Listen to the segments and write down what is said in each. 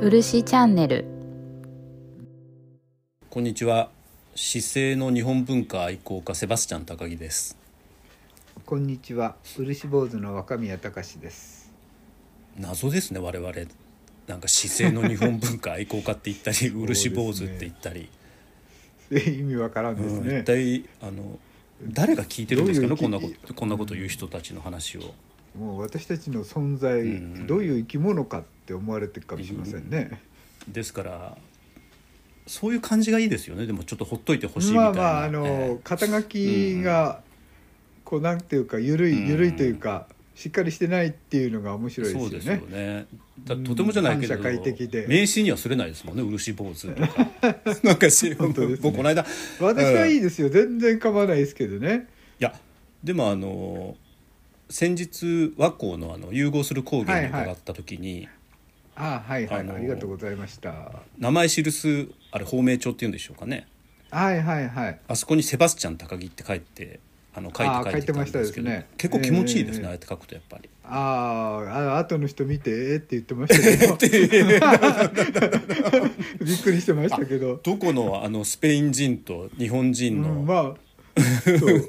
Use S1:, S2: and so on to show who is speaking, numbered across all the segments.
S1: 漆チャンネル
S2: こんにちは姿勢の日本文化愛好家セバスチャン高木です
S3: こんにちは、漆坊主の若宮隆です。
S2: 謎ですね我々なんか姿勢の日本文化愛好家って言ったり
S3: ね
S2: 漆坊主って言ったり、
S3: 意味わからんです
S2: うん
S3: ね
S2: 一。体あの誰が聞いてるんですかね
S3: ど
S2: こ
S3: うん
S2: な
S3: いう
S2: ことこんなこと言う人たちの話を
S3: もう私たちの存在、
S2: うん
S3: どういう生き物かって思われてるかもしれませんね。
S2: ですからそういう感じがいいですよねでもちょっとほっといてほしいみたい
S3: ま
S2: な、
S3: あまああの、
S2: え
S3: 肩書きが、こうなんていうかゆる
S2: うん
S3: いゆるいというか、しっかりしてないっていうのが面
S2: え
S3: 白い
S2: そう
S3: で
S2: ですすよ
S3: よね。
S2: ねだとてもじゃないけれど
S3: うん反社会的で
S2: 名刺にはすれないですもんね漆坊主と かなんかし、
S3: 本当ですね
S2: 僕この間
S3: 私はいいですよ、全然構わないですけどね。
S2: いやでもあの先日和光のあの融合する工芸に伺った時に、
S3: ああはいはい、
S2: あの
S3: ありがとうございました。
S2: 名前記すあれ芳名帳っていうんでしょうかね
S3: はいはいはい。
S2: あそこに「セバスチャン高木」って書いてあの書
S3: あ
S2: い
S3: ー
S2: て書いてたんですけど
S3: 書いてましたですね
S2: 結構気持ちいいですね、ああ
S3: ええ
S2: やって書くとやっぱり。
S3: あーあ後の人見てえーって言って ましたけどびっくりしてましたけど、
S2: どこのあのスペイン人と日本人
S3: うん
S2: の
S3: まあそう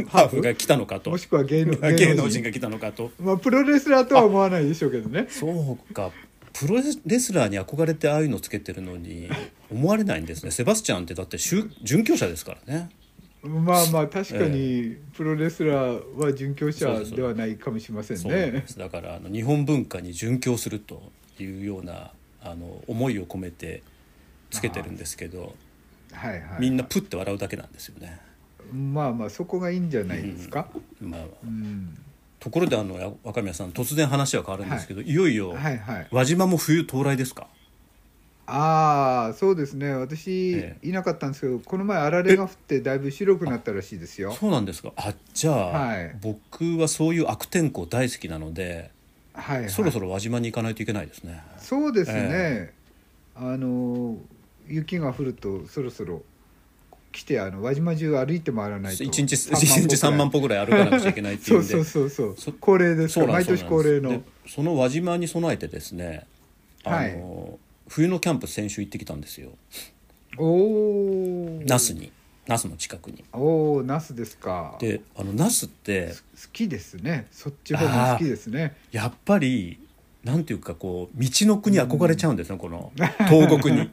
S2: ハーフが来たのかと
S3: もしくは芸能
S2: 芸能人が来たのかと
S3: まあプロレスラーとは思わないでしょうけどね
S2: そうかプロレスラーに憧れてああいうのつけてるのに思われないんですねセバスチャンってだって準準教者ですからね。
S3: まあまあ確かにプロレスラーは殉教
S2: そう
S3: 者
S2: そう
S3: ではないかもしれません
S2: そうなん
S3: ね
S2: ですだからあの日本文化に殉教するというようなあの思いを込めてつけてるんですけど、
S3: はいは
S2: み
S3: い
S2: んなプッて笑うだけなんですよね。
S3: まあまあそこがいいんじゃないですか、
S2: まあ、
S3: うん
S2: ところであのや若宮さん突然話は変わるんですけど、い、よいよ、
S3: はいはい
S2: 輪島も冬到来ですか
S3: ああそうですね私
S2: え
S3: いなかったんですけど、この前あられが降ってだいぶ白くなったらしいですよ
S2: そうなんですかあじゃあ、
S3: はい
S2: 僕はそういう悪天候大好きなので、
S3: はい、はい、
S2: そろそろ輪島に行かないといけないですね。
S3: そうですね、
S2: え
S3: あの雪が降るとそろそろ来てあの輪島中歩いて回らないと
S2: 一日一日3万
S3: 歩
S2: 歩ぐらい歩かなくちゃいけないってい
S3: そううん
S2: で
S3: そうそうそう
S2: そ
S3: 恒例です
S2: そ
S3: か
S2: う
S3: ら
S2: なんで
S3: 毎
S2: す
S3: 年恒例
S2: そうなん
S3: の
S2: ですでその輪島に備えてですねあの、
S3: はい
S2: 冬のキャンプ先週行ってきたんですよ
S3: おお
S2: 那須に那須の近くに
S3: おおナスですか好
S2: であの那須って
S3: きですねそっち方面好きですね
S2: やっぱりなんていうかこう道の国憧れちゃうんですね、こ の東国に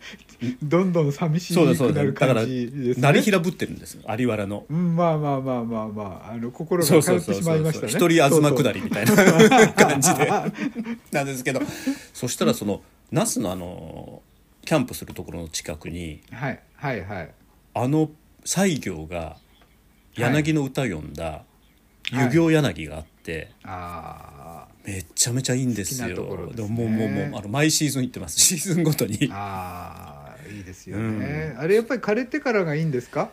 S3: どんどん寂し
S2: そうですそう
S3: く
S2: です
S3: なる
S2: だから
S3: 感じですね
S2: 成平ぶってるんです有原の。
S3: うんまあまあまあまあまああの心
S2: そ
S3: が
S2: うそう
S3: 通っ
S2: そ
S3: て
S2: う
S3: し
S2: そ
S3: まいま
S2: う
S3: し
S2: 一
S3: たね
S2: 人東下りみたいな 感じでなんですけどそしたらその那須のあのキャンプするところの近くに
S3: りはいはいはい
S2: あの西行が柳の歌を読んだ「遊行柳」があって、
S3: あ
S2: めちゃめちゃいいんです
S3: 好きな
S2: よ
S3: ところですね
S2: もうもうもうあの毎シーズン行って ますシーズンごとに
S3: ーあーいいですよね、あれやっぱり枯れてからがいいんですか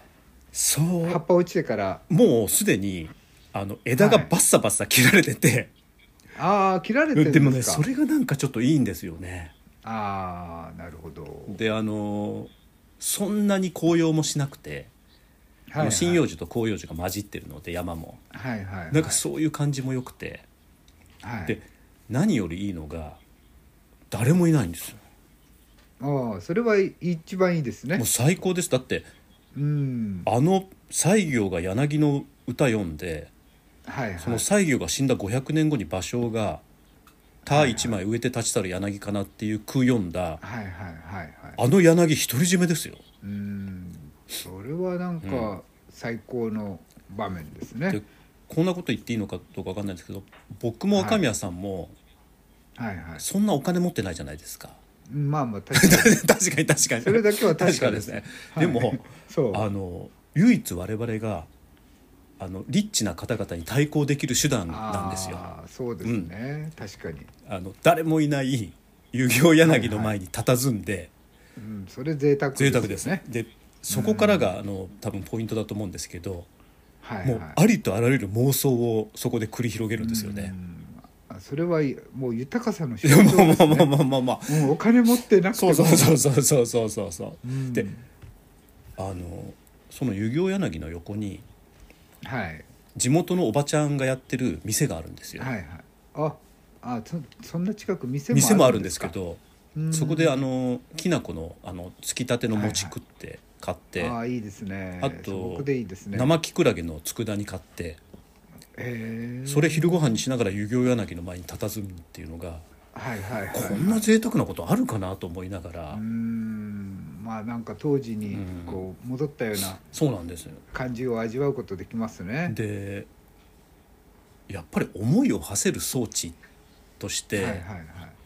S2: そう
S3: 葉っぱ落ちてから
S2: もうすでにあの枝がバッサバッサ切られて て、
S3: ああ切られてるん
S2: でもね
S3: ですか
S2: それがなんかちょっといいんですよね
S3: ああなるほど、
S2: であのそんなに紅葉もしなくて、あの針葉樹と広葉樹が混じってるので山も
S3: はいはいはい
S2: なんかそういう感じも良くて、
S3: はい
S2: で何よりいいのが誰もいないんですよ
S3: ああそれは一番いいですね
S2: もう最高ですだって
S3: うん
S2: あの西行が柳の歌読んで
S3: はいはい
S2: その西行が死んだ500年後に芭蕉が「田一枚植えて立ち去る柳かな」っていう句読んだ
S3: はいはいはいはい
S2: あの柳独り占めですよ。
S3: うんそれはなんか最高の場面ですね、
S2: でこんなこと言っていいのかどうか分かんないんですけど僕も若宮さんも
S3: はいはい
S2: そんなお金持ってないじゃないですか。
S3: まあま あ 確かに
S2: 確かに確かに
S3: それだけは確か
S2: で
S3: ですす
S2: ね。
S3: はい
S2: でも
S3: そう
S2: あの唯一我々があのリッチな方々に対抗できる手段なんですよ。
S3: あーそうですね、確かに、
S2: あの誰もいない遊行柳の前に佇んで、
S3: うん、それ贅沢
S2: 贅沢ですね。でそこからがあの多分ポイントだと思うんですけど、
S3: はいはい、
S2: もうありとあらゆる妄想をそこで繰り広げるんですよね。
S3: あそれはいいもう豊かさの象
S2: いや
S3: 徴です、
S2: もうもう
S3: ね、
S2: もうもうもう
S3: もうお金持ってなくて
S2: そ
S3: も
S2: うそうそうそうそうそうそうそううんであのその遊行柳の横に
S3: はい
S2: 地元のおばちゃんがやってる店があるんですよ、
S3: はいはいああそそんな近く店も
S2: 店もあるんですけ
S3: か
S2: ど
S3: うん
S2: そこであのきな粉のあのつきたての餅食って買って、
S3: ああいいですね
S2: あと
S3: 素朴でいいですね
S2: 生きくらげの佃煮買って
S3: へえ
S2: それ昼ご飯にしながら遊行柳の前に佇むっていうのが
S3: はいはいはい
S2: こんな贅沢なことあるかなと思いながら
S3: うーんまあなんか当時に
S2: うん
S3: こう戻ったような
S2: そうなんですよ
S3: 感じを味わうことできますね。
S2: でやっぱり思いを馳せる装置として、
S3: はいはいはいはい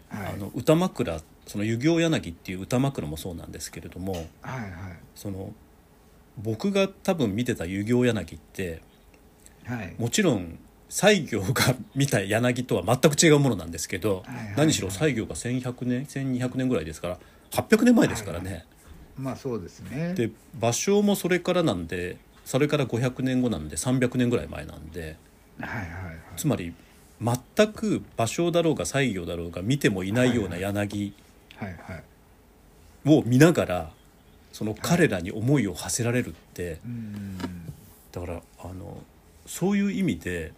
S2: あの歌枕その遊行柳っていう歌枕もそうなんですけれども
S3: はい
S2: その僕が多分見てた遊行柳って
S3: はいはい
S2: もちろん西行が見た柳とは全く違うものなんですけど、
S3: はいはいはい
S2: 何しろ西行が1100年1200年ぐらいですから800年前ですからね、
S3: まあそうですね。
S2: で芭蕉もそれからなんでそれから500年後なんで300年ぐらい前なんで
S3: はいはいはい。
S2: つまり全く芭蕉だろうが西行だろうが見てもいないような柳
S3: はいはい。
S2: を見ながらその彼らに思いを馳せられるって
S3: うーん。
S2: だからあのそういう意味で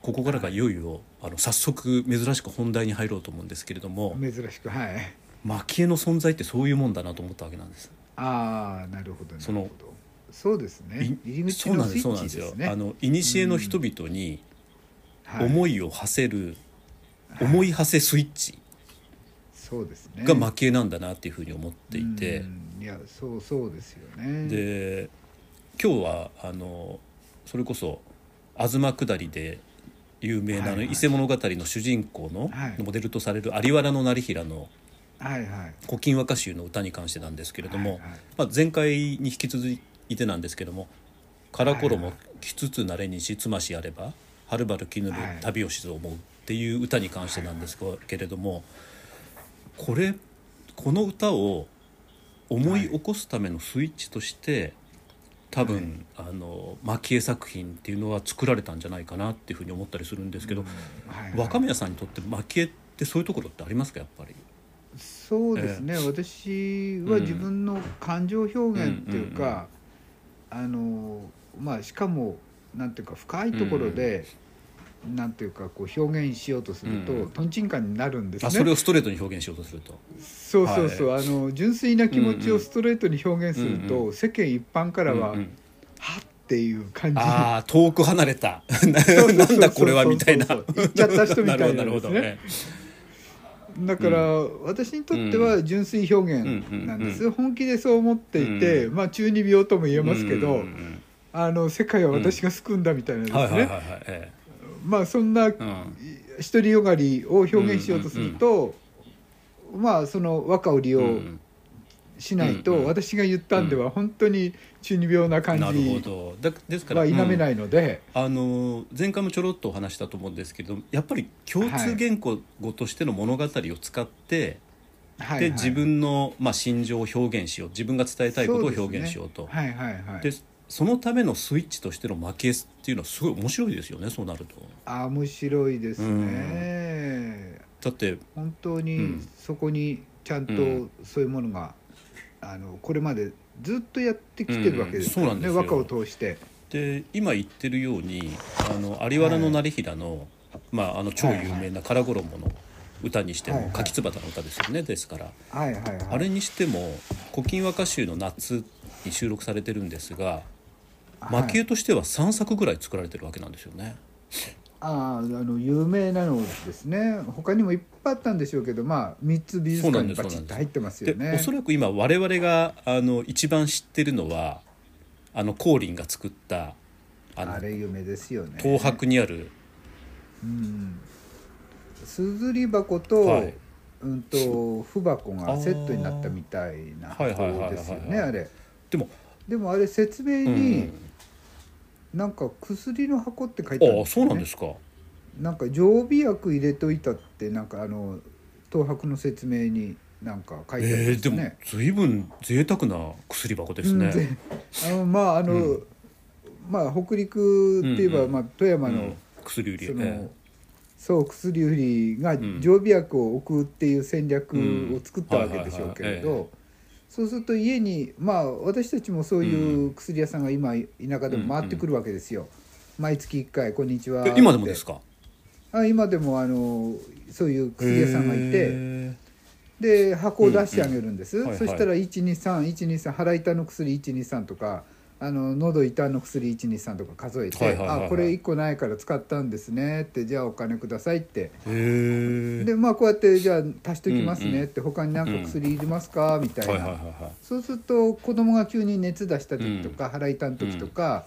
S2: ここからがいよいよあの早速珍しく本題に入ろうと思うんですけれども
S3: 珍しくはい。
S2: 蒔絵の存在ってそういうもんだなと思ったわけなんです。
S3: ああなるほどなるほど。
S2: その
S3: そうですね。
S2: い
S3: 入り口
S2: そうな
S3: の
S2: ん
S3: ス
S2: で
S3: イ
S2: すそう
S3: ッ
S2: なんで
S3: チ
S2: す
S3: で
S2: よ
S3: す。ね。
S2: あの古の人々に
S3: はい
S2: 思いを馳せる、
S3: はい
S2: 思い馳せスイッチ
S3: そうですね。
S2: が蒔絵なんだなっていうふうに思っていて。
S3: うん。いやそうそうですよね。
S2: で今日はあのそれこそ「吾妻下り」で有名なあ
S3: はい
S2: の
S3: はい
S2: 伊勢物語の主人公の
S3: はい
S2: モデルとされる有原の成平の
S3: はいはい。
S2: 「古今和歌集」の歌に関してなんですけれども、
S3: はいはい
S2: まあ、前回に引き続いてなんですけども「からころ
S3: は
S2: も
S3: いは
S2: きつつなれにしつましあればはるばるきぬる
S3: はい
S2: 旅をしぞ思う」っていう歌に関してなんですけれどもこれこの歌を思い起こすためのスイッチとして多分あの蒔絵作品っていうのは作られたんじゃないかなっていうふうに思ったりするんですけど
S3: はいはい
S2: 若宮さんにとって蒔絵ってそういうところってありますかやっぱり。
S3: そうですね、私は自分の感情表現っていうか、あのまあしかもなんていうか深いところで、なんていうかこう表現しようとすると、
S2: うん
S3: とんちんかになるんです
S2: あ
S3: ね
S2: それをストレートに表現しようとすると。
S3: そうそうそう、あの純粋な気持
S2: う
S3: ち
S2: んう
S3: を
S2: ん
S3: ストレートに表現すると、
S2: うん
S3: 世間一般からは、
S2: うんうん
S3: はっていう感じ
S2: ああ遠く離れた な
S3: そうそうそうそ
S2: ん
S3: う
S2: だこれはみたいな
S3: そうそうそう行っちゃった人みたいな
S2: るほどるほど
S3: でだから、私にとっては純粋表現なんです、
S2: うん
S3: 本気でそう思っていて、まあ中二病とも言えますけど、
S2: うんうん
S3: あの世界は私が救うんだみたいな
S2: うん
S3: ですね、
S2: はいはいはいはいえ
S3: まあそんな
S2: えう
S3: 独
S2: ん
S3: りよがりを表現しようとすると、まあその和歌を利
S2: う
S3: 用
S2: ん
S3: しないと、
S2: うんうん
S3: 私が言ったんでは本当に中二病な感
S2: なるほ
S3: じ
S2: どだですから
S3: は否め
S2: うん
S3: ないので、
S2: あの前回もちょろっとお話したと思うんですけどやっぱり共通言語としての物語を使って、
S3: はいはい
S2: で自分の、まあ、心情を表現しよう自分が伝えたいことを表現しようと。
S3: そですねはいはいはい
S2: でそのためのスイッチとしての負けっていうのはすごい面白いですよねそうなると。
S3: あー面白いですね、
S2: だって
S3: 本当
S2: う
S3: に
S2: ん
S3: そこにちゃんと
S2: うん
S3: そういうものが、あのこれまでずっとやってきてるわけですから
S2: うん
S3: ね、
S2: うんそう
S3: 和
S2: なんです
S3: 歌
S2: よ
S3: を通して
S2: で今言ってるようにあの有原の成平の,、まあ、あの超有名な「から衣」の歌にしても「
S3: はいはい
S2: 柿椿の歌ですよねですから
S3: はいはいはい
S2: あれにしても「古今和歌集」の夏に収録されてるんですが
S3: はい
S2: 蒔絵としては3作ぐらい作られてるわけなんですよね。
S3: あああの有名なのですね他にもいっぱいあったんでしょうけどまあ三つ美術館に
S2: そうなん
S3: バ
S2: です
S3: チッと入ってます
S2: で
S3: よね
S2: おそらく今我々があの一番知ってるのはあの光琳が作ったあ
S3: あ
S2: の
S3: れ有名ですよね
S2: 東博にある
S3: うんすずり箱と、
S2: はい
S3: うんとふ箱がセットになったみたいな
S2: あーはいはいはいはいはい
S3: 箱ですよねあれ
S2: でも、
S3: でもあれ説明
S2: うん
S3: に、なんか薬の箱って書いて
S2: ああそうなんですか。
S3: なんか常備薬入れといたってなんかあの東博の説明になんか書いてあ
S2: え
S3: りま
S2: ー、ですも
S3: ね。
S2: 随分贅沢な薬箱ですね。
S3: うんであのまああの、
S2: うん
S3: まあ北陸って言えば、
S2: うんうん
S3: まあ富山の、
S2: うん薬売り
S3: その、
S2: ええ
S3: そう薬売りが
S2: ん
S3: 常備薬を置くっていう戦略を作ったわけでしょうけれ
S2: うんはいはいはい
S3: ど。そうすると家にまあ私たちもそういう薬屋さんが今田舎でも回ってくるわけですよ、毎月1回「こんにちは」
S2: え今でもです
S3: か
S2: か
S3: あ今でもあのそういう薬屋さんがい
S2: へ
S3: て
S2: ー
S3: で箱を出してあげるんです、
S2: うんはいはい
S3: そしたら123123腹痛の薬123とかあの喉痛の薬123とか数えて「
S2: はいはいはいはい
S3: あこれ1個ないから使ったんですね」って「じゃあお金ください」って
S2: へえ
S3: でまあこうやって「じゃあ足しときますね」って「他に何
S2: うん
S3: か薬いりますか?」みたい
S2: はいはい
S3: な
S2: はいはい
S3: そうすると子供が急に熱出した時とか、腹痛の時とか、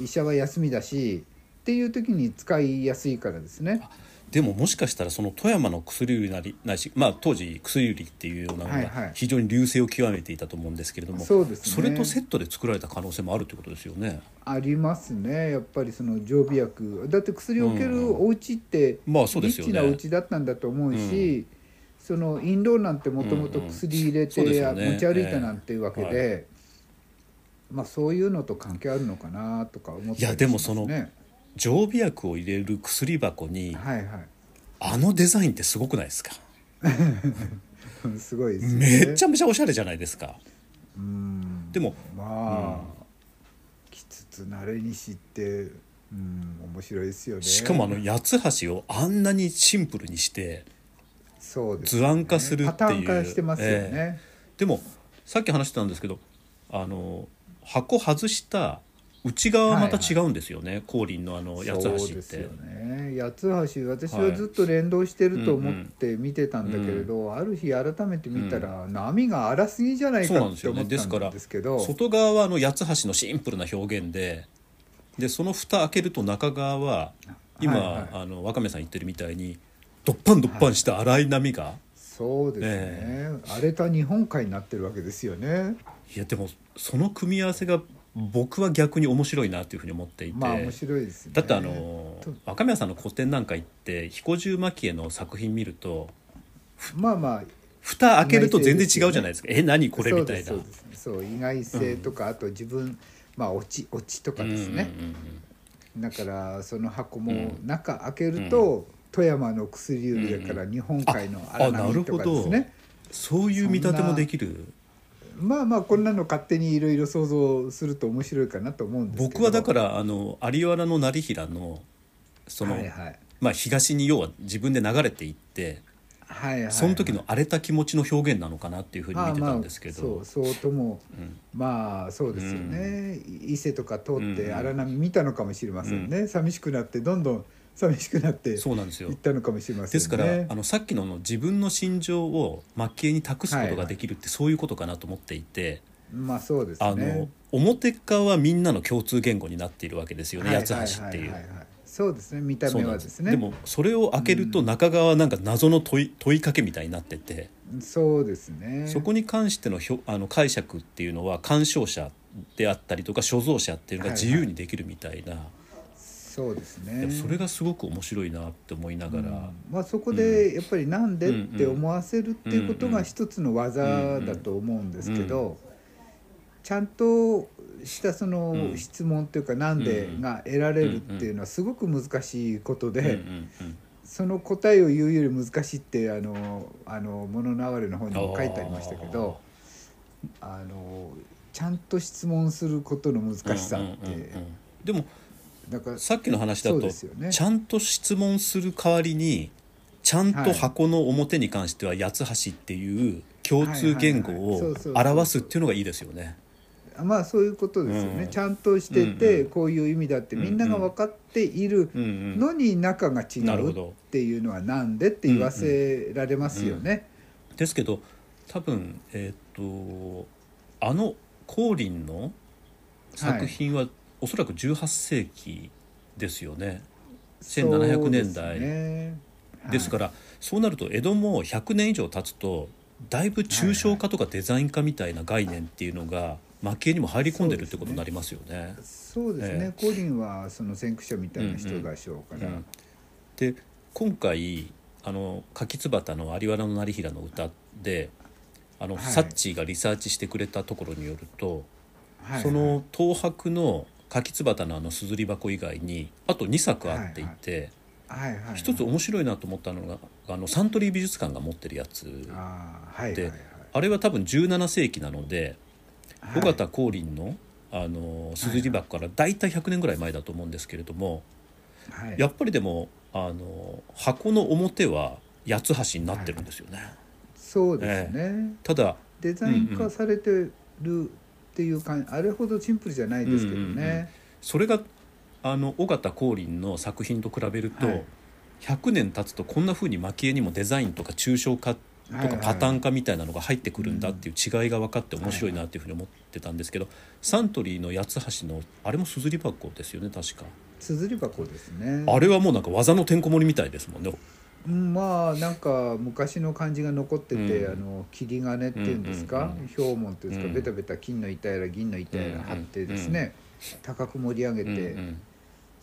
S3: 医者は休みだしっていう時に使いやすいからですね。
S2: でももしかしたらその富山の薬売りなりないし、まあ、当時薬売りっていうようなの
S3: はいは
S2: が
S3: い
S2: 非常に流星を極めていたと思うんですけれども、
S3: そうですね
S2: それとセットで作られた可能性もあるということですよね。
S3: ありますねやっぱりその常備薬だって薬を受けるお家って
S2: まあそう
S3: リ
S2: です
S3: ッ
S2: よ
S3: チなお
S2: ね。
S3: 家だったんだと思うし、その飲料なんてもともと薬入れて
S2: うんうんそうですよね
S3: 持ち歩いたなんていうわけで、
S2: え
S3: まあそういうのと関係あるのかなとか思ったりしますね。
S2: いやでもその常備薬を入れる薬箱に
S3: はい は
S2: あのデザインってすごくないですか
S3: いすごいですよね。
S2: めちゃめちゃおしゃれじゃないですか。
S3: うん
S2: でも
S3: まあ、きつつ慣れにしって、うん、面白いですよね。
S2: しかもあの八つ橋をあんなにシンプルにして
S3: そうです、
S2: 図案化するっていう
S3: パターン化してますよね。
S2: でもさっき話してたんですけどあの箱外した内側はまた違うんですよね、光林のあの八
S3: そう
S2: つ橋っ
S3: です
S2: て
S3: よ。ね八つ橋私はずっと連動してると思って見てたんだけれど、ある日改めて見たら、波が荒すぎじゃない
S2: そう
S3: か
S2: なんで
S3: っ
S2: す
S3: て
S2: よ
S3: 思
S2: ね
S3: っ
S2: ですか
S3: た
S2: ら
S3: んですけど
S2: 外側はあの八つ橋のシンプルな表現ででその蓋開けると中側は今、
S3: はいはい
S2: あの若宮さん言ってるみたいにドッパンドッパンした荒い波が、
S3: そうですね、荒れた日本海になってるわけですよね。
S2: い、やでもその組み合わせが僕は逆に面白いなというふうに思っていて、
S3: まあ面白いですね。
S2: だってあの
S3: と
S2: 若宮さんの個展なんか行って彦十蒔絵の作品見ると
S3: まあまあ
S2: 蓋開けると全然違うじゃないですか「え何これ」みたいな
S3: そうですそうですそう意外性とか、あと自分まあ落ち落ちとかですね、
S2: うんうんうん
S3: だからその箱も中開けると、富山の薬売りだから日本海の荒波とかです
S2: あなる
S3: ね、
S2: そういう見立てもできる
S3: まあまあこんなの勝手にいろいろ想像すると面白いかなと思うんですけど
S2: 僕はだかららあの有原の成平のその、
S3: はいはい
S2: まあ、東に要は自分で流れていって
S3: はいはい
S2: その時の荒れた気持ちの表現なのかなっていうふうに見てたんですけ
S3: まあま
S2: ど
S3: あ、そうそうとも、
S2: うん
S3: まあそうですよね、伊勢とか通って荒波見たのかもしれませんね、寂しくなってどんどん寂しくなって
S2: そうなんですよ
S3: 行ったのかもしれませ
S2: で
S3: んね
S2: すから、あのさっきのあの自分の心情を蒔絵に託すことができるって、そういうことかなと思っていて、
S3: まあそうですね
S2: あの表側はみんなの共通言語になっているわけですよね、
S3: はい
S2: 八つ橋っていう。
S3: ははははそうですね見た
S2: そうな
S3: 目
S2: ん
S3: は
S2: で
S3: ですすね
S2: でもそれを開けると中側はなんか謎の問い問いかけみたいになってて、
S3: そうですね
S2: そこに関してのひょあの解釈っていうのは鑑賞者であったりとか所蔵者っていうのが自由にできるみたいな、
S3: そうです
S2: で
S3: ね
S2: もそれがすごく面白いなって思いながら、
S3: うんまあ、そこでやっぱりなんで
S2: うんうん
S3: って思わせるっていうこと
S2: うんう
S3: が
S2: ん
S3: 一つの技だと思うんですけどちゃんとしたそ
S2: うん
S3: の質問というか「なんで?
S2: う」ん
S3: が得られるっていうのはすごく難しいこと
S2: うんう
S3: で
S2: んうん
S3: その答えを言うより難しいってあの「あの物のあわれ」の方にも書いてありましたけどあのちゃんと質問することの難しさっ
S2: うん
S3: て、
S2: うんうんうんでも
S3: だから
S2: さっきの話だ
S3: そ
S2: と、
S3: うですよね
S2: ちゃんと質問する代わりにちゃんと箱の表に関しては八つ橋っていう共通言語
S3: はいはいはい
S2: を
S3: そうそうそう
S2: 表すっていうのがいいですよね。
S3: まあそういうことですよね、
S2: うん
S3: ちゃんとしてて、
S2: うんうん
S3: こういう意味だってみんなが分かっている
S2: うんうん
S3: のに中が違
S2: なるほ
S3: うっ
S2: ど
S3: ていうのはなんでって言わせられますよね。
S2: ですけど多分えーっとあの光琳の作品は、おそらく18世紀ですよね。1700年代
S3: そうですね
S2: ですから、そうなると江戸も100年以上経つとだいぶ抽象化とかデザイン化みたいな概念っていうのが蒔絵にも入り込んでるってことになりますよね。
S3: そうです
S2: え
S3: ね、コリンはその先駆者みたいな人でしょうか
S2: う
S3: ら、
S2: んで今回あの柿椿の有原の成平の歌であの、
S3: はい
S2: サッチーがリサーチしてくれたところによると、
S3: はい
S2: その東博の柿椿のあのすずり箱以外にあと2作あっていて、
S3: はいはい
S2: 一つ面白いなと思ったのがあのサントリー美術館が持ってるやつ
S3: あーはいはい
S2: で
S3: はい
S2: あれは多分17世紀なので
S3: はい
S2: 尾形光琳のあのすずり箱から大体100年ぐらい前だと思うんですけれども。
S3: はい
S2: やっぱりでもあの箱の表は八つ橋になってるんですよね。
S3: そうですね、
S2: ただ
S3: デザイン化されてるっていう感じ、あれほどシンプルじゃないですけどね、
S2: それがあの尾形光琳の作品と比べると、
S3: はい
S2: 100年経つとこんなふうに蒔絵にもデザインとか抽象化
S3: はい
S2: と
S3: は
S2: かパ
S3: い
S2: ターン化みたいなのが入ってくるんだっていう違いが分かって面白いなっていうふうに思ってたんですけど、サントリーの八つ橋のあれもすずり箱ですよね確か、
S3: 綴り箱ですね
S2: あれはもうなんか技のてんこ盛りみたいですもんね
S3: うんまあなんか昔の感じが残ってて、
S2: うん
S3: あの霧金っていうんですか、
S2: うんうんうん
S3: 氷紋っていうんですか、
S2: うん
S3: ベタベタ金の板やら銀の板やら貼ってですね、高く盛り上げて、
S2: うんうん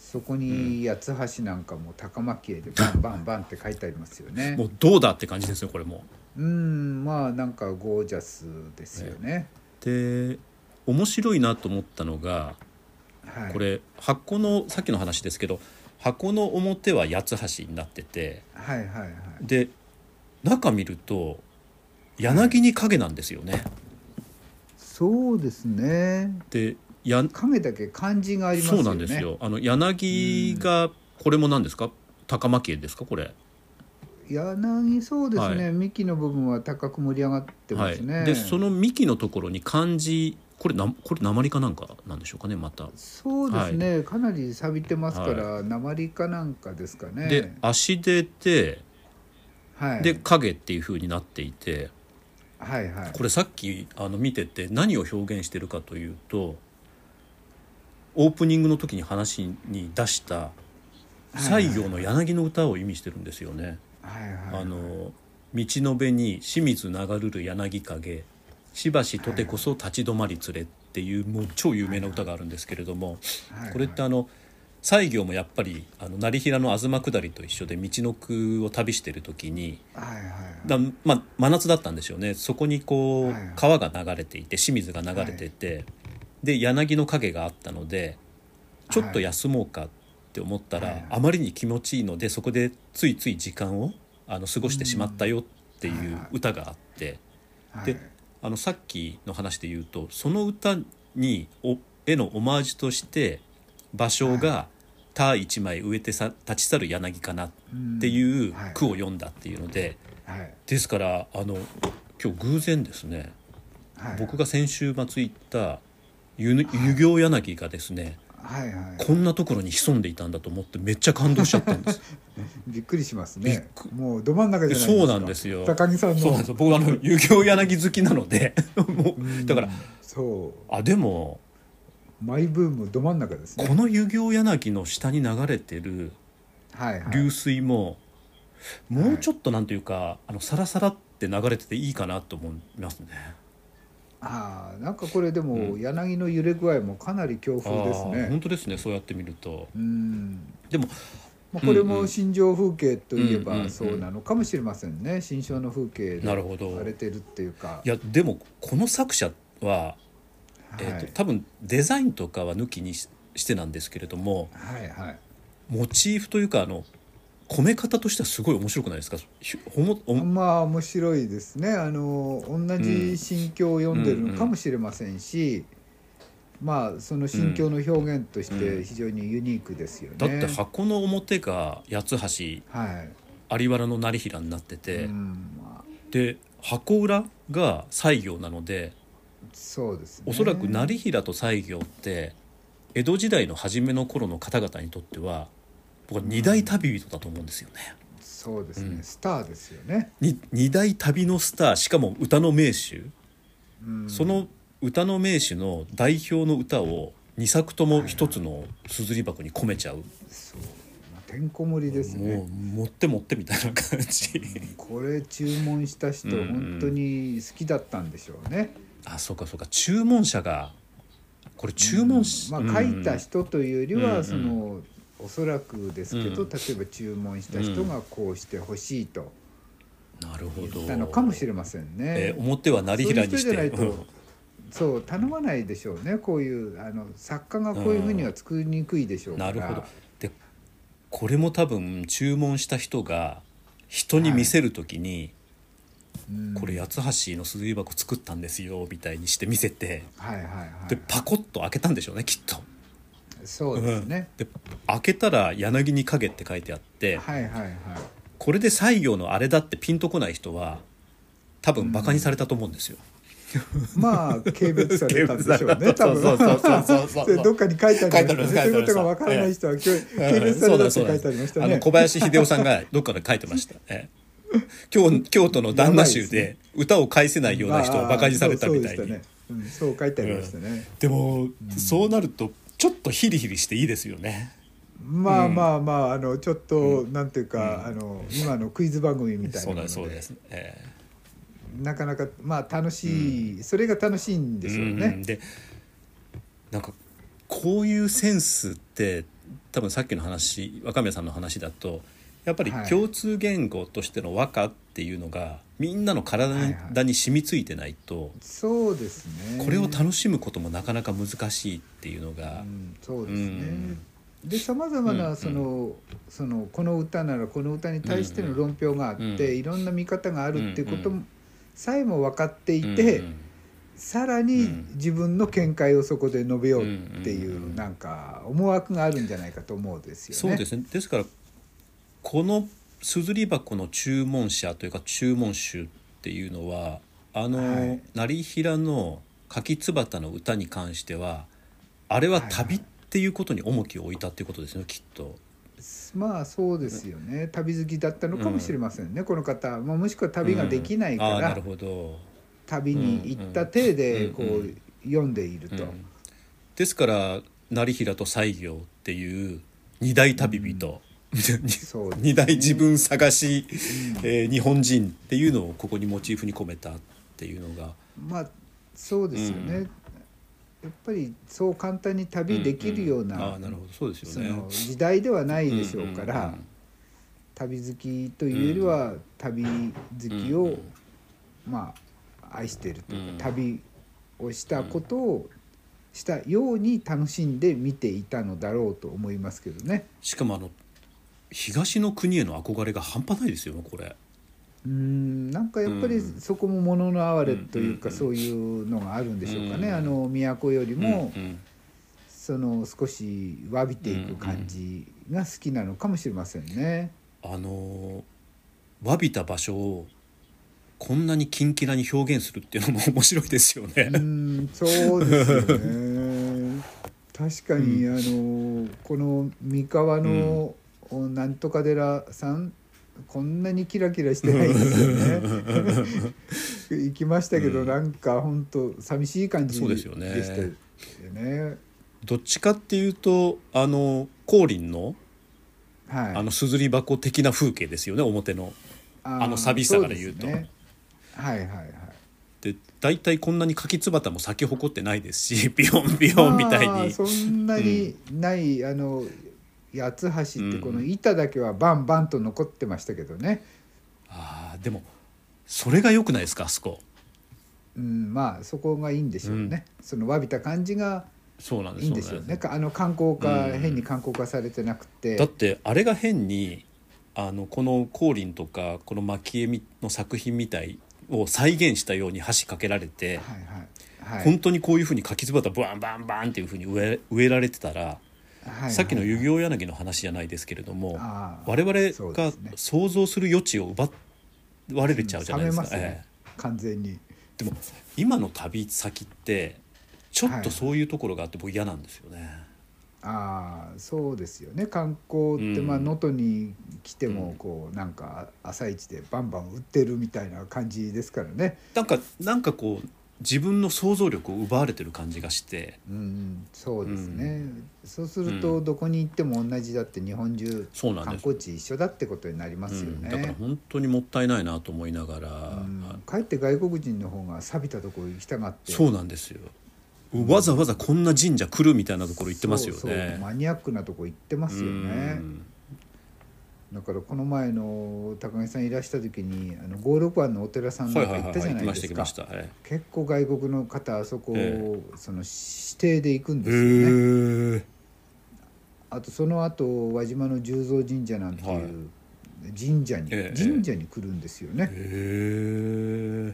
S3: そこに八つ橋なんかも高蒔 絵でバンバンバンって書いてありますよね
S2: もうどうだって感じですよこれも。
S3: うんまあなんかゴージャスですよね、
S2: で面白いなと思ったのが
S3: はい、
S2: これ箱のさっきの話ですけど箱の表は八つ橋になってて
S3: はいはいはい
S2: で中見ると柳に影なんですよね。
S3: そうですね
S2: でや
S3: 影だけ漢字があります
S2: そう
S3: よね
S2: なんですよ。あの柳がこれも何ですか高蒔絵ですかこれ。
S3: 柳そうですね、
S2: はい
S3: 幹の部分は高く盛り上がってま
S2: はい、
S3: すね、
S2: でその幹のところに漢字これなこれ鉛かなんかなんでしょうかねまた。
S3: そうですね、かなり錆びてますから、鉛かなんかですかね
S2: で足出て
S3: はい、
S2: で影っていう風になっていて
S3: はいはい
S2: これさっきあの見てて何を表現してるかというとオープニングの時に話に出した西行の柳の歌を意味してるんですよね。
S3: はいはい
S2: あの道の辺に清水流るる柳影しばしとてこそ立ち止まり連れっていうもう超有名な歌があるんですけれども
S3: はい
S2: これってあの西行もやっぱりあの成平の東下りと一緒で道の空を旅してる時に
S3: はいはいはい
S2: だまあ真夏だったんでしょうねそこにこう
S3: はいはい
S2: 川が流れていて清水が流れててで柳の影があったのでちょっと休もうかって思った
S3: はい
S2: らあまりに気持ちいいのでそこでついつい時間をあの過ごしてしまったよっていう歌があって
S3: はい
S2: であのさっきの話で言うとその歌におへのオマージュとして芭蕉が「他一枚植えてさ立ち去る柳かな」っていう句を読んだっていうので。
S3: はい
S2: ですからあの今日偶然ですね
S3: はい
S2: 僕が先週末行った湯ぬ湯行柳がですね
S3: はいはい
S2: こんなところに潜んでいたんだと思ってめっちゃ感動しちゃったんです
S3: びっくりします
S2: びっ
S3: ね
S2: く
S3: もうど真ん中じゃないですか
S2: そうなんですよ
S3: 高木さん の
S2: そうなんですよ僕あの湯行柳好きなのでもうだから
S3: そう
S2: あでも
S3: マイブームど真ん中ですね
S2: この湯行柳の下に流れてる
S3: はいはい
S2: 流水ももうちょっとなんていうかあのサラサラって流れてていいかなと思いますね
S3: ああなんかこれでも柳の揺れ具合もかなり強風です
S2: あー
S3: ね
S2: 本当ですねそうやってみると
S3: うん
S2: でも
S3: まあ、これも心情風景といえ
S2: うんうんう
S3: ば
S2: ん
S3: そうなのかもしれませんね心象の風景で
S2: なるほど
S3: されてるっていうか
S2: いやでもこの作者は、えーと多分デザインとかは抜きにししてなんですけれども
S3: はいはいはい
S2: モチーフというかあの込め方としてはすごい面白くないですかひほもお
S3: まあ面白いですねあの同じ心境を読んでるのかもしれませんし、まあその心境の表現として非常にユニークですよね。
S2: だって箱の表が八つ
S3: はい
S2: 橋有原の成平になってて、
S3: うんまあ、
S2: で箱裏が西行なので
S3: そうですね
S2: おそらく成平と西行って江戸時代の初めの頃の方々にとっては僕は二大旅人だと思うんですよね。
S3: そうですね、
S2: うん
S3: スターですよね。
S2: に二大旅のスターしかも歌の名手
S3: うん
S2: その歌の名手の代表の歌を2作とも一つの綴り箱に込めちゃう、
S3: そうまあてんこ盛りですね。
S2: もう持って持ってみたいな感じ
S3: これ注文した人
S2: うんうん
S3: 本当に好きだったんでしょうね。
S2: あそうかそうか注文者がこれ注文し、
S3: まあ書いた
S2: うん
S3: 人というより
S2: うんう
S3: は
S2: ん
S3: そのおそらくですけど
S2: うん
S3: 例えば注文した人がこうしてほしいと
S2: なるほ
S3: 言
S2: ど
S3: ったのかもしれません
S2: え
S3: ね
S2: ー。表は成平にし
S3: そうい
S2: て
S3: う人じゃないとそう頼まないでしょうねこういうあの作家がこういうふうには作りにくいでしょ
S2: う
S3: うんか
S2: な
S3: ら。
S2: るほどでこれも多分注文した人が人に見せる時に、
S3: うん
S2: これ八橋の綴り箱作ったんですよみたいにして見せて
S3: はいはいは
S2: で
S3: い。
S2: パコッと開けたんでしょうねきっと。
S3: そうですね。
S2: で開けたら「柳に影」って書いてあって
S3: はいはいはい。
S2: これで西行のあれだってピンとこない人は多分バカにされたと思うんですよ。
S3: まあ軽蔑されたんでしょうね多
S2: 軽
S3: 分
S2: 蔑されたそうそうそうそうそう
S3: それどっかに書いてありま
S2: 書
S3: し
S2: いて
S3: た
S2: ある
S3: ねそういうことが
S2: 書い
S3: わ
S2: てあ
S3: か
S2: り
S3: らな
S2: ま
S3: い人は軽
S2: うん
S3: 蔑されたって書いてありまし
S2: あ
S3: た
S2: の
S3: ね
S2: 小林秀夫さんがどっかで書いてました。ええ京京都の旦那
S3: やば
S2: 衆
S3: いで
S2: で歌を返せないような人をバカにされたみたい
S3: そうそう
S2: に
S3: で。したねうんそう書いてありましたね
S2: でも、そうなるとちょっとヒリヒリしていいですよね。
S3: まあまあまああのちょっとなんていうかあの今のクイズ番組みたい
S2: そ
S3: な
S2: うなん
S3: もの
S2: ですそう
S3: で
S2: です。ええ
S3: なかなかまあ楽しいそれが楽しいんでしょう
S2: うんうん
S3: ね
S2: でなんかこういうセンスって多分さっきの話若宮さんの話だとやっぱり
S3: はい
S2: 共通言語としての和歌っていうのがみんなの体に,、
S3: はいはい
S2: に染みついてないと
S3: そうですね
S2: これを楽しむこともなかなか難しいっていうのが
S3: う。んそうですね。
S2: うん
S3: でさまざまなその,、そのこの歌ならこの歌に対しての論評があって、
S2: うんうん
S3: いろんな見方があるっていうこと
S2: うん
S3: もさえも分かっていて、
S2: うん
S3: さらに自分の見解をそこで述べようっていう、
S2: うんうん
S3: なんか思惑があるんじゃないかと思うんですよね。
S2: そうですねですからこの「すずり箱」の注文者というか注文集っていうのはあの、
S3: はい
S2: 成平の「柿椿の歌」に関してはあれは旅っていうことに重きを置いたっていうことですねきっと。
S3: まあそうですよね旅好きだったのかもしれませんね、この方、まあ、もしくは旅ができないか
S2: うんあーな
S3: ら、
S2: るほど、
S3: 旅に行った体でこ
S2: うんう
S3: う読んでいる
S2: う
S3: と。
S2: んですから成平と西行っていう二大旅人、
S3: そうですね
S2: 二大自分探し、えー日本人っていうのをここにモチーフに込めたっていうのが。
S3: まあそうですよね、
S2: うん
S3: やっぱりそう簡単に旅できるような,、
S2: んんあーなるほどそうです
S3: そ
S2: よね
S3: の時代ではないでしょうから、
S2: んん
S3: 旅好きというよりは旅好きを、
S2: うん
S3: まあ愛しているというか、
S2: うん
S3: 旅をしたことをしたように楽しんで見ていたのだろうと思いますけどね。
S2: しかもあの東の国への憧れが半端ないですよねこれ
S3: うんなんかやっぱり
S2: うん
S3: そこも物の哀れというか、
S2: うん
S3: そういうのがあるんでしょうかね、
S2: うん
S3: あの都よりも、
S2: うんうん
S3: その少し詫びていく感じが好きなのかもしれませんね。
S2: あのー詫びた場所をこんなにキンキラに表現するっていうのも面白いですよね
S3: う、ん、そうですよね。確かに、あのこの三河の、おなんとか寺さんこんなにキラキラしてないですよね。 行きましたけど、
S2: うん
S3: なんか本当寂しい感じ
S2: そう
S3: で
S2: です
S3: した
S2: よ
S3: よ
S2: ね
S3: ね。
S2: どっちかっていうとあの光琳の
S3: はい。
S2: あのすずり箱的な風景ですよね表の。
S3: ー
S2: あの寂しさから言うと
S3: そですねはいはいはい。
S2: で大体こんなに柿椿も咲き誇ってないですし ビヨンビヨンみたい
S3: まあ
S2: に
S3: そんなにない、あの八つ橋ってこの
S2: うん
S3: 板だけはバンバンと残ってましたけどね、
S2: あーでもそれが良くないですかあそこ
S3: うん、まあそこがいいんでしょうね、その詫びた感じが
S2: そうなんです
S3: いいんでしょう
S2: そうなん
S3: ねあの観光化、
S2: うん
S3: 変に観光化されてなくて
S2: だってあれが変にあのこの光琳とかこの蒔絵の作品みたいを再現したように箸かけられて、
S3: はいはいはい
S2: 本当にこういうふうに柿椿バンバンバンっていうふうに植え植えられてたら、
S3: はいはい
S2: さっきの遊行柳の話じゃないですけれども
S3: あー
S2: 我々
S3: そう
S2: が
S3: ですね
S2: 想像する余地を奪われちゃうじゃないですか。
S3: 冷めますね
S2: え
S3: 完全に
S2: えでも今の旅先ってちょ
S3: は
S2: っ
S3: いは
S2: と
S3: い
S2: そういうところがあって僕嫌なんですよね。
S3: ああそうですよね観光って
S2: うん
S3: まあ能登、に来てもこうなんか朝一でバンバン売ってるみたいな感じですからね、
S2: なんかなんかこう自分の想像力を奪われてる感じがして
S3: うん、そうですね、
S2: う
S3: そうする
S2: う
S3: と
S2: ん
S3: どこに行っても同じだって日本中
S2: そうなん
S3: 観
S2: です
S3: 光地一緒だってことになりますよ
S2: うん、だから
S3: ね、
S2: 本当にもったいないなと思いながら、
S3: うん、かえって外国人の方が錆びたところ行きたがって
S2: そうなんですよわざわざこんな神社来るみたいなところ行ってますよね
S3: そうそうマニアックなとこ行ってますよね、
S2: うん
S3: だからこの前の高木さんいらした時にあの五六番のお寺さ
S2: は
S3: んないんか
S2: はい
S3: 行
S2: は
S3: っ
S2: い、
S3: た
S2: は
S3: じ
S2: い、行
S3: ゃな
S2: き
S3: い
S2: ま
S3: で
S2: した
S3: す
S2: 行き
S3: か
S2: ました、はい、
S3: 結構外国の方あそこを、
S2: え
S3: その指定で行くん
S2: へ
S3: ですよね、
S2: ー
S3: あとその後輪島の十蔵神社なんていう神社に、
S2: ええ
S3: 神社に来るんですよね、
S2: へー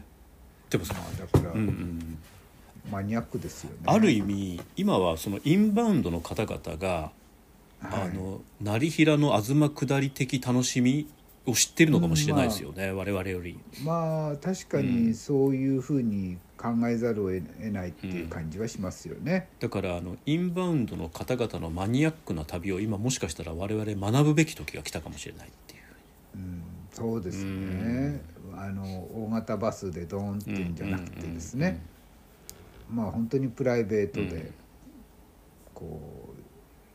S2: でもさ
S3: ま、あ、だから
S2: うんうん、
S3: マニアックですよね、
S2: ある意味今はそのインバウンドの方々が、
S3: はい
S2: あの成平の東下り的楽しみを知っているのかもしれないですよね、我々より。
S3: まあ確か
S2: う
S3: に
S2: ん
S3: そういうふうに考えざるを得ないっていう感じはしますよね。
S2: だからあのインバウンドの方々のマニアックな旅を今もしかしたら我々学ぶべき時が来たかもしれないっていう。
S3: うん、そうですね。あの大型バスでドーンっていうんじゃなくてですね、まあ本当にプライベート
S2: うん
S3: でこ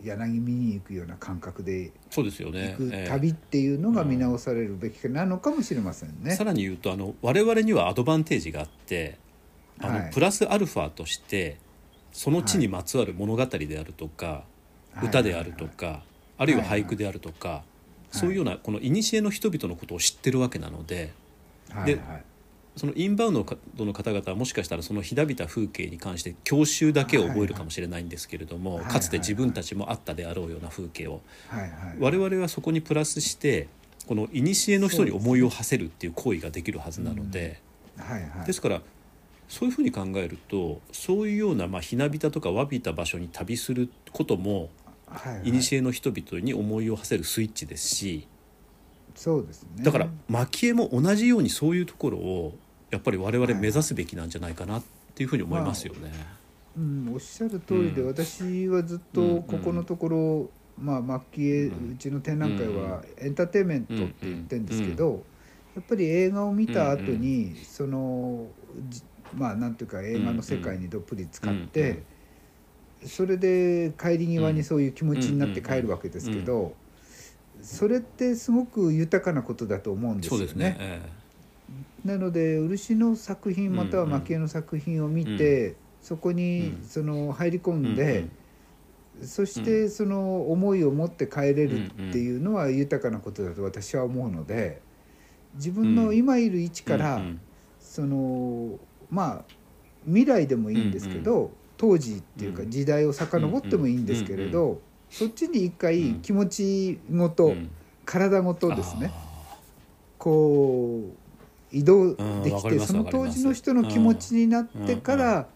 S3: う柳見に行くような感覚で
S2: そうですよね
S3: 行。く
S2: え
S3: 旅っていうのが見直されるべきなのかもしれません
S2: え
S3: ね
S2: さ。らに言うとあの我々にはアドバンテージがあってあの、
S3: はい
S2: プラスアルファとしてその地にまつわる物語であるとか、
S3: はい
S2: 歌であるとか、あるいは俳句であるとか、そういうようなこの古の人々のことを知ってるわけなので。
S3: はいはい
S2: そのインバウンドの方々はもしかしたらそのひだびた風景に関して郷愁だけを覚えるかもしれないんですけれども、
S3: はいはい
S2: かつて自分たちもあったであろうような風景を、
S3: はいはい。
S2: 我々はそこにプラスしてこの古の人に思いを馳せるっていう行為ができるはずなので
S3: そうはいはい
S2: ですからそういうふうに考えるとそういうようなまあひなびたとかわびた場所に旅することも
S3: はいはい
S2: 古の人々に思いを馳せるスイッチですし
S3: そうですね。
S2: だから蒔絵も同じようにそういうところをやっぱり我々目指すべきなんじゃないかなっていうふうに思いますよね。
S3: うん、おっしゃる通りで、
S2: うん
S3: 私はずっ
S2: うんうん
S3: とここのところ、まあ末期絵
S2: うん
S3: うちの展覧会はエンターテインメントって言ってるんですけど、やっぱり映画を見た後に、そのじまあなんていうか映画の世界にどっぷり使って、それで帰り際にそういう気持ちになって帰るわけですけど、それってすごく豊かなことだと思うんです
S2: そう
S3: よね。
S2: ですね。え
S3: なので漆の作品または蒔絵の作品を見て、そこに
S2: うん
S3: その入り
S2: え
S3: 込んで、そしてその思いを持って帰れるっていうのは豊かなことだと私は思うので自分の今いる位置から、
S2: うん
S3: そのまあ未来でもいいんですけど、当時っていうか
S2: うん
S3: 時代を遡ってもいいんですけれど、そっちに一回気持ちごと、
S2: うん
S3: 体ごとですね。
S2: あ
S3: こう移動
S2: う
S3: で
S2: んわ
S3: き
S2: か
S3: て、
S2: ります
S3: そ
S2: わ
S3: の
S2: かり
S3: 当
S2: ます
S3: 時の人の気持ちになってから、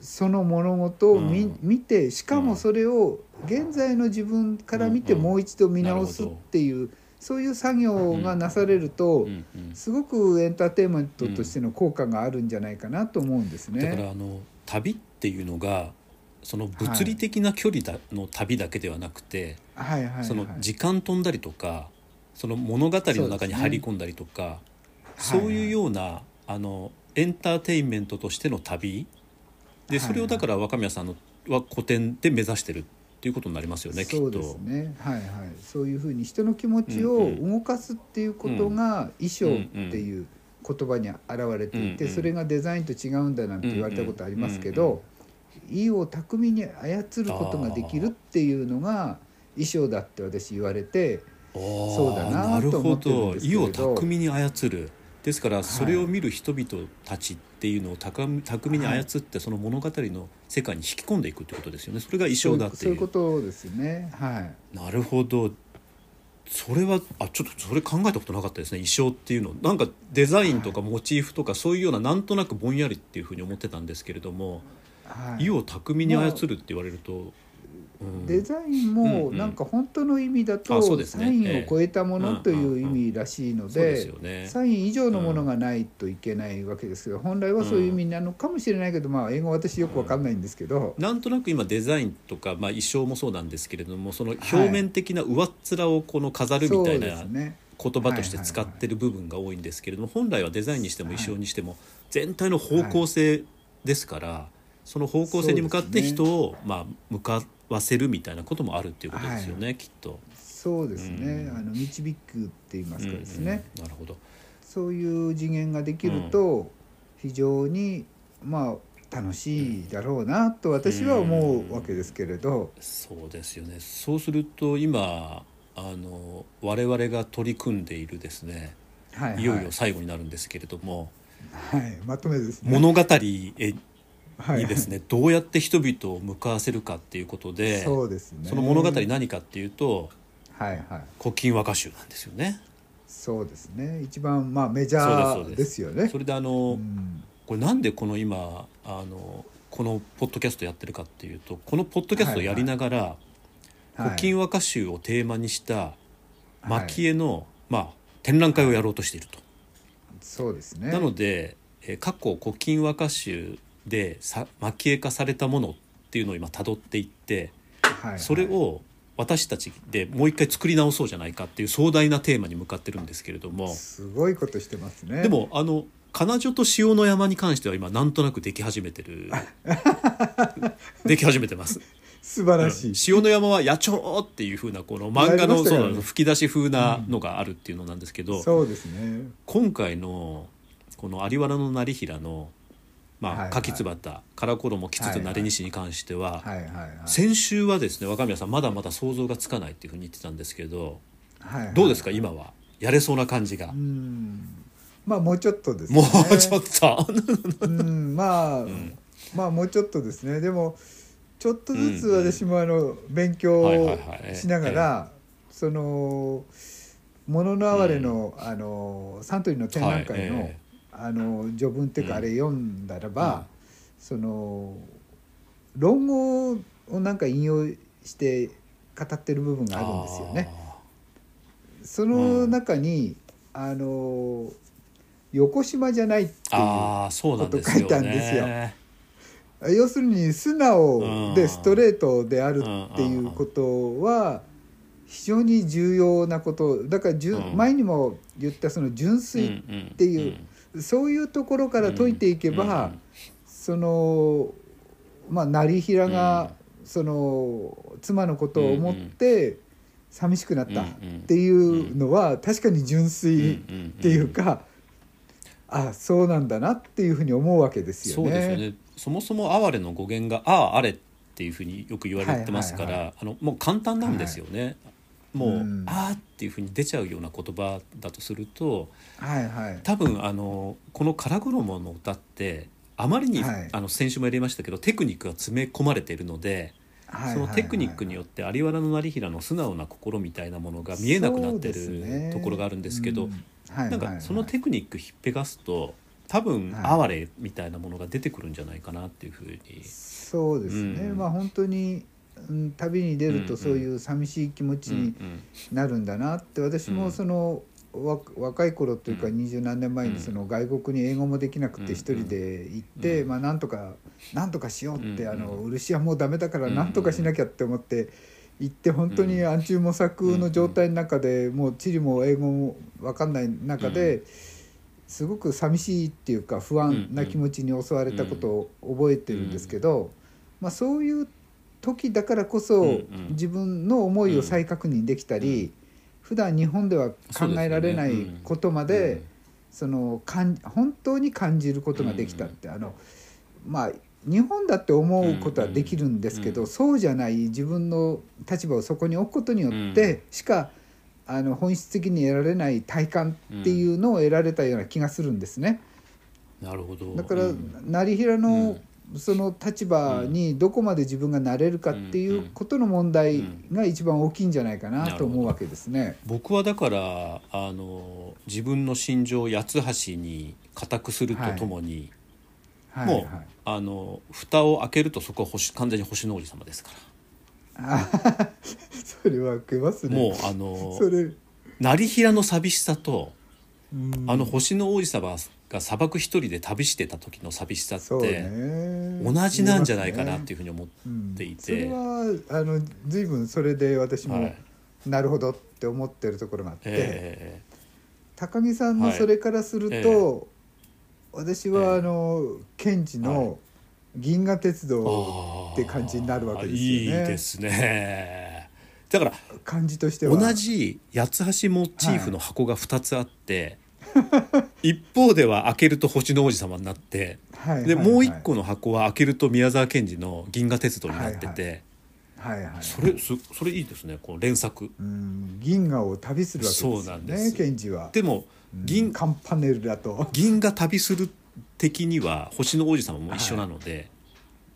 S3: その物事を見,、
S2: うん
S3: 見てしか
S2: う
S3: も
S2: ん
S3: それを現在の自分から見て
S2: うんうん
S3: もう一度見直すっていう、そういう作業がなされる
S2: ー
S3: と、
S2: うんうん
S3: すごくエンターテインメントとしての効果があるんじゃないかなと思うんですね。
S2: だからあの旅っていうのがその物理的な距離だの旅だけではなくて、
S3: はいはいはい、
S2: その時間飛んだりとかその物語の中に入り込んだりとかそう,、いうようなあのエンターテインメントとしての旅でそれをだから若宮さんのは古典で目指してるっていうことになりますよねきっ
S3: そうです
S2: と。
S3: ねはいはいそういうふうに人の気持ち
S2: う
S3: を
S2: んう
S3: 動かすっていうことが衣装っていう言葉に表れていて
S2: うんうん
S3: それがデザインと違うんだなんて言われたことありますけど意を巧みに操ることができるっていうのが衣装だって私言われて
S2: そう
S3: だな
S2: る
S3: と思
S2: ほ
S3: ってるん
S2: ど
S3: ですけ
S2: 意
S3: れど
S2: を巧みに操るですからそれを見る人々たちっていうのを巧み巧みに操ってその物語の世界に引き込んでいくってことですよねそれが衣装だって
S3: そう
S2: い
S3: いううことですねはい
S2: なるほどそれはあちょっとそれ考えたことなかったですね衣装っていうのなんかデザインとかモチーフとかそういうようななんとなくぼんやりっていうふうに思ってたんですけれども、
S3: はい
S2: 意を巧みに操るって言われると、うん
S3: デザイン
S2: うん
S3: も
S2: うん
S3: なんか本当の意味だ
S2: あそう
S3: と
S2: ですね
S3: サインを超えたも
S2: え
S3: の
S2: え
S3: という意味らしいの
S2: そうです
S3: で
S2: よね
S3: サイン以上のものがないといけないわけですけど、本来はそういう意味なのかもしれないけど、まあ英語は私よくわかんないんですけど、
S2: なんとなく今デザインとか、まあ、衣装もそうなんですけれどもその表面的な上っ面をこの飾るみ
S3: そう
S2: たい
S3: で
S2: な
S3: すね。
S2: 言葉として使ってる部分が多いんですけれども本来はデザインにしても
S3: はい
S2: 衣装にしても全体の方向性ですからその方向性に向かっ
S3: そう
S2: て
S3: ですね
S2: 人をまあ向かわせるみたいなこともあるっていうことですよねきっと。
S3: そうですね。
S2: うん
S3: あの導くって言いますかですね、
S2: うんうんなるほど
S3: そういう次元ができると非常にまあ楽しいだろうなと私は思うわけですけれど、
S2: そうですよねそうすると今あの我々が取り組んでいるですね
S3: はい、はい、
S2: いよいよ最後になるんですけれども。
S3: はいまとめですね。
S2: 物語え
S3: は
S2: にですね、どうやって人々を向かわせるかっていうことで
S3: そうですね。
S2: その物語何かっていうと
S3: はいはい。
S2: 「古今和歌集」なんですよね。
S3: そうですね。一番まあメジャ
S2: そうですそう
S3: ー
S2: で
S3: ですすよね。
S2: それであ
S3: う
S2: の
S3: ん
S2: これなんでこの今あのこのポッドキャストやってるかっていうとこのポッドキャストをやりながら「
S3: はい
S2: 古今和歌集」をテーマにした蒔絵の、まあ展覧会をやろうとしていると。
S3: そうですね
S2: なので、えー過去古今和歌集でさ蒔絵化されたものっていうのを今辿っていって
S3: はいはい
S2: それを私たちでもう一回作り直そうじゃないかっていう壮大なテーマに向かってるんですけれども
S3: すごいことしてますね
S2: でもあの彼女と塩の山に関しては今なんとなくでき始めて るでき始めてます
S3: 素晴らしい、
S2: うん塩の山は野鳥っていう風なこの漫画
S3: やりま
S2: の
S3: した
S2: そ
S3: よ
S2: う
S3: ね
S2: なの吹き出し風なのがあるっていうのなんですけど、
S3: そうですね
S2: 今回のこの有原の成平の
S3: はい
S2: ま
S3: は
S2: あ
S3: い
S2: 柿つばたからころもきつつなれにしに関しては
S3: はいはいはい
S2: 先週はですね若宮さんまだまだ想像がつかないっていうふうに言ってたんですけど
S3: はいはい
S2: どうですか今はやれそうな感じが
S3: う。んまあもうちょっとですね
S2: もうちょっ と、
S3: うんまあ、
S2: ん
S3: まあもうちょっとですねでもちょっとずつ私もあの、勉強
S2: はいはい
S3: を
S2: はいえ
S3: しながら、その「もののあわれの」あのサントリーの展覧会の,、
S2: はいええ
S3: あの序文っていうか、
S2: うん
S3: あれ読んだら
S2: う
S3: ば
S2: ん、
S3: その論語をなんか引用して語ってる部分があるんですよね。その中に、あの横島じゃないって
S2: あー
S3: いう
S2: あーそうなんですよ
S3: こと書いたんですよ
S2: ね。
S3: 要するに素直
S2: う
S3: で
S2: ん
S3: ストレートであるっていうことは非常に重要なことだからじゅ、
S2: うん
S3: 前にも言ったその純粋、
S2: って
S3: ていうそういうところから解いていけば、そのまあ成平が、その妻のことを思って寂しくなったっていうのは確かに純粋
S2: っ
S3: っていうか、あそうなんだなっていうふうに思うわけですよ
S2: そう
S3: ね。
S2: ですよねそもそも哀れの語源が「あああれ」っていうふうによく言われてますから、
S3: はいはい
S2: あのもう簡単なんですよね。もう「
S3: うん
S2: ああ」っていうふうに出ちゃうような言葉だとすると
S3: はいはい。
S2: 多分あのこの「から衣」の歌ってあまりに、
S3: はい
S2: あの先週もやりましたけどテクニックが詰め込まれているので、
S3: はい
S2: そのテクニックによって有原の成平の素直な心みたいなものが見えなくなってるところがあるんですけど、、
S3: はいはい
S2: なん
S3: はい
S2: かそのテクニックひっぺがすと多分
S3: はい
S2: 哀れみたいなものが出てくるんじゃないかなっていうふうに、
S3: そうですね、
S2: うん
S3: まあ本当に、うん、旅に出るとそういう寂しい気持ち
S2: うん
S3: になるんだなって、私
S2: う
S3: も
S2: ん
S3: そのわ若い頃というか
S2: うん
S3: 二十何年前
S2: う
S3: に
S2: ん
S3: その外国に英語もできなく
S2: うん
S3: て一人で行って、
S2: うん
S3: まあなんとかなんとかしようって、
S2: うん
S3: あの
S2: うん
S3: 漆はもうダメだからなんとかしなきゃって思って行って本当に暗中模索の状態の中で、もう地理も英語も分かんない中で。すごく寂しいっていうか不安な気持ちに襲われたことを覚えてるんですけど、まあ、そういう時だからこそ、
S2: うんうん
S3: 自分の思いを再確認できたり、普段日本では考えられないことまでそ
S2: うん
S3: のかん本当に感じることができたって、あのまあ日本だって思うことはできるんですけど、
S2: うん
S3: そうじゃない自分の立場をそこに置くことによってしか、あの本質的に得られない体感っていうのを得られたような気がするんですね。
S2: なるほど
S3: だから、
S2: うん
S3: 成平のその立場にどこまで自分がなれるかっていうことの問題が一番大きいんじゃないかなと思うわけですね。
S2: 僕はだからあの自分の心情を八つ橋に固くするとともに、
S3: はい
S2: もう、
S3: はい
S2: あの蓋を開けるとそこは星完全に星の王子様ですか
S3: あそれは受けます
S2: ら、
S3: ね。
S2: もうあの
S3: それ、
S2: 成平の寂しさと、
S3: うん
S2: あの星の王子様が砂漠一人で旅してた時の寂しさっ
S3: そう
S2: て、
S3: ね
S2: 同じなんじゃないかなってい
S3: い
S2: うふうに思っ
S3: うね
S2: ていて
S3: うんそれはあの随分それで私も、
S2: はい
S3: なるほどって思ってるところがあって。
S2: え
S3: 高木さんの
S2: はい
S3: それからすると、
S2: え
S3: 私
S2: え
S3: は
S2: え
S3: あの賢治
S2: は
S3: の「銀河鉄
S2: え
S3: 道
S2: あー
S3: って感じになるわけですよね
S2: いいですねだから」
S3: 感じとしては
S2: 同じ八つ橋モチーフの箱が2つあって、一方では開けると星の王子様になって
S3: はいはい
S2: で
S3: はい
S2: もう一個の箱は開けると宮沢賢治の「銀河鉄道」になってて、
S3: はいはい
S2: それそそれいいですねこう連作
S3: うん銀河を旅するわけで
S2: そう
S3: す
S2: な
S3: よ
S2: んで
S3: ね
S2: す
S3: 賢治は
S2: でも
S3: うん
S2: 銀,、
S3: カンパネルだと
S2: 銀河旅する的には星の王子様も一緒なので、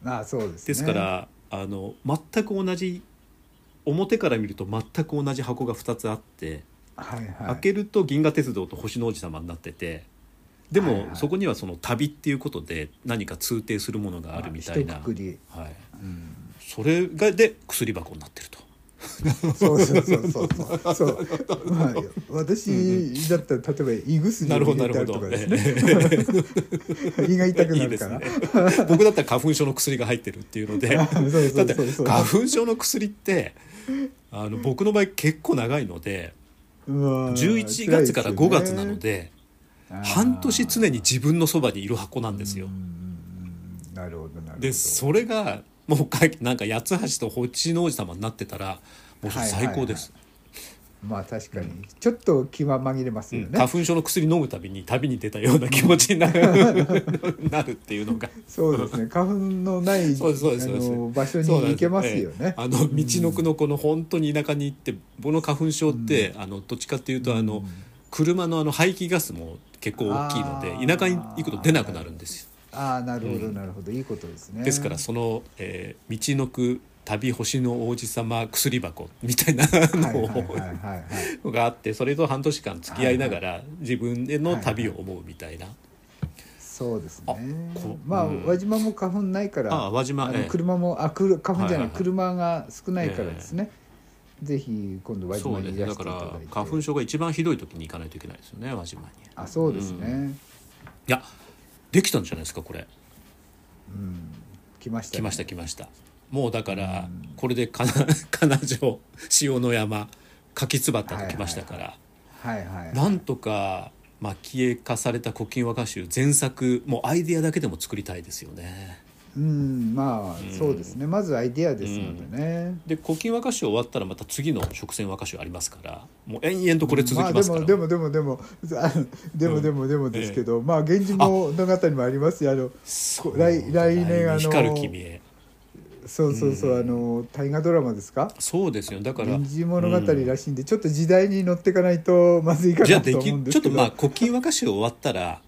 S3: ああそうですね
S2: ですから、あの全く同じ表から見ると全く同じ箱が2つあって、
S3: はいはい
S2: 開けると「銀河鉄道」と「星の王子様」になっててでも、
S3: はいはい
S2: そこにはその旅っていうことで何か通底するものがあるみたいな、
S3: 一括り
S2: はい、
S3: うん
S2: それがで薬箱になってると
S3: そうそうそうそうそうそうまあ私だったら例えば胃薬
S2: なるほ
S3: を
S2: どな
S3: 入れてあ
S2: る
S3: ると
S2: ほ
S3: か
S2: ど、
S3: ですね
S2: え
S3: 胃が痛く
S2: えい
S3: ない
S2: で
S3: るか
S2: す
S3: ら
S2: ね僕だったら花粉症の薬が入ってるっていうのでだ
S3: そうそうそうそう
S2: って花粉症の薬ってあの僕の場合結構長いので11
S3: 11
S2: 月から5月なので半年常に自分のそばにいる箱なんですよ。
S3: なるほどなるほど
S2: でそれがもうかなんか八つ橋と星の王子様になってたらもうそれ最高です、
S3: まあ確かにちょっと気は紛れます
S2: う
S3: よ
S2: ん
S3: ね、
S2: 花粉症の薬飲むたびに旅に出たような気持ちにな るなるっていうのが
S3: そうですね花粉のな い
S2: そうですそうです
S3: あ
S2: そう
S3: の
S2: で
S3: 場所に
S2: そうなん
S3: 行けますよ
S2: ええ
S3: ね
S2: あの道のくのこの本当に田舎に行って僕の花粉症って、あのどっちかっていうとあの、車のあの排気ガスも結構大きいの
S3: あ
S2: で
S3: ー
S2: 田舎に行くと出なくなるんですよ。
S3: ああなるほどなるほど、いいことですね
S2: ですからその、えー道のく旅星の王子様薬箱みたいな
S3: はい
S2: の
S3: はい
S2: を、
S3: はいはいはい
S2: があってそれと半年間付き合いながら自分への旅を思うみたいな、
S3: そうです
S2: あ
S3: ね
S2: こ
S3: まあ、
S2: うん
S3: 輪島も花粉ないから
S2: ああ輪島
S3: あの
S2: ええ
S3: 車もあくる花粉じゃな
S2: はいは
S3: い、
S2: いはい
S3: 車が少ないからですね、ぜひ今度輪
S2: そ
S3: 島
S2: うで
S3: に
S2: す
S3: い
S2: ねだ
S3: らして
S2: か
S3: いただい
S2: ら
S3: て、
S2: 花粉症が一番ひどい時に行かないといけないですよね輪島にい
S3: あそうですね、
S2: やできたんじゃないですかこれ
S3: 来ましたね
S2: 来ました来ましたもうだからこれでかな 金城塩の山柿つばたと来ましたから、
S3: はいはい
S2: なんとか蒔絵化された古今和歌集前作もうアイディアだけでも作りたいですよね
S3: うんまあそうですねまずアイデアですのでね、
S2: で古今和歌集終わったらまた次の食洗和歌集ありますからもう延々とこれ続
S3: まあ
S2: き
S3: で
S2: ますから、
S3: もでもでもでもあでもでもでもですけど、まあ源氏物語もありますよあの
S2: そう
S3: 来来年あの
S2: 光る君へ
S3: そうそうそう、あの大河ドラマですか
S2: そうですよだから
S3: 源氏物語らしいんで、ちょっと時代に乗っていかないとまずいか
S2: じゃ
S3: な
S2: あで
S3: と思
S2: き
S3: うんで
S2: ちょ
S3: す
S2: っ
S3: け
S2: と
S3: ど
S2: まあ古今和歌集終わったら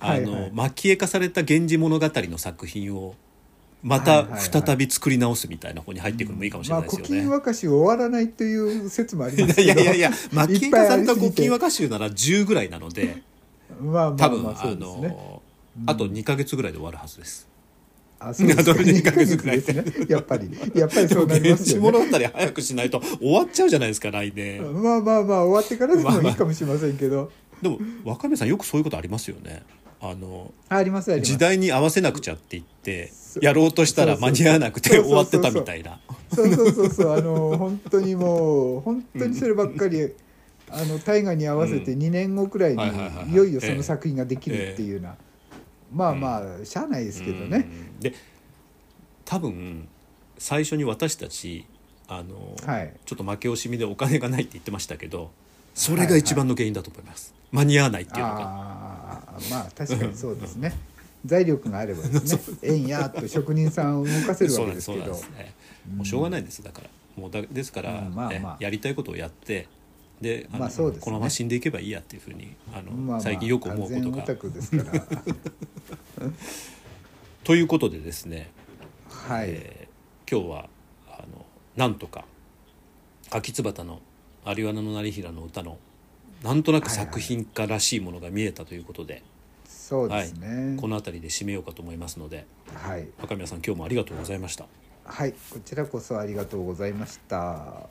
S2: あ
S3: はいはい
S2: の蒔絵化された「源氏物語」の作品をま
S3: はい
S2: た
S3: はいはい
S2: 再び作り直すみたいな方に入っていくのもいいかもしれ
S3: ま
S2: な
S3: あ
S2: いです
S3: 古
S2: よ
S3: 今
S2: ね。
S3: 和歌集終わらないという説もありますけ
S2: い
S3: ど
S2: やいやいや蒔
S3: い
S2: 絵
S3: っぱ
S2: 化
S3: い
S2: さ
S3: あ
S2: れ
S3: り
S2: た
S3: すぎ
S2: 古
S3: て
S2: 今和歌集なら10ぐらいなので
S3: まあま
S2: 多
S3: あま
S2: 分
S3: あ
S2: あ
S3: そうですね
S2: のあと2か月ぐらいで終わるはずです。
S3: あそうです
S2: あと二ヶ月ぐらい
S3: ですねやっぱりやっぱ
S2: で
S3: りそ
S2: も
S3: うなりま
S2: 源
S3: す
S2: 氏
S3: よね
S2: 物語早くしないと終わっちゃうじゃないですか来年。
S3: まあまあまあ終わってからで
S2: まあ
S3: も
S2: ま
S3: い
S2: あ
S3: いかもしれませんけど、
S2: でも若宮さんよくそういうことありますよね。あの
S3: あ、りますあります
S2: 時代に合わせなくちゃって言って
S3: そう
S2: やろうとしたら間に合わなくて
S3: そうそう
S2: 終わってたみたいな
S3: そうそうそうそうあの本当にもう本当にそればっかり、あの大河に合わせて2年後くらい
S2: はいはいはいはい
S3: にいよいよその作品ができるっていうような、まあまあしゃあないですけどね、
S2: うんで多分最初に私たちあの、
S3: はい
S2: ちょっと負け惜しみでお金がないって言ってましたけどそれが一番の原因だと思います、間に合わないっていうのが
S3: ああーまあ確かにそうですね財力があれば ですね円やーっと職人さんを動かせる
S2: そう
S3: わ
S2: なんで
S3: けですす
S2: そう
S3: け
S2: なん
S3: ど
S2: ですねもうしょうがないんですだからもうだですから、
S3: うんまあ
S2: ね
S3: まあ
S2: やりたいことをやってであの
S3: まあそうですね
S2: このまま死んでいけばいいやっていうふうにあの、
S3: まあまあ
S2: 最近よく思うこ
S3: 完
S2: と
S3: 全オ
S2: が
S3: タクですから
S2: ということでですね
S3: はい、
S2: えー今日はあのなんとか秋津端の有花の成平の歌のなんとなく作品家らしいものが見えたということで、
S3: そうですね
S2: この辺りで締めようかと思いますので
S3: はい
S2: 若宮さん今日もありがとうございました。
S3: はい、こちらこそありがとうございました。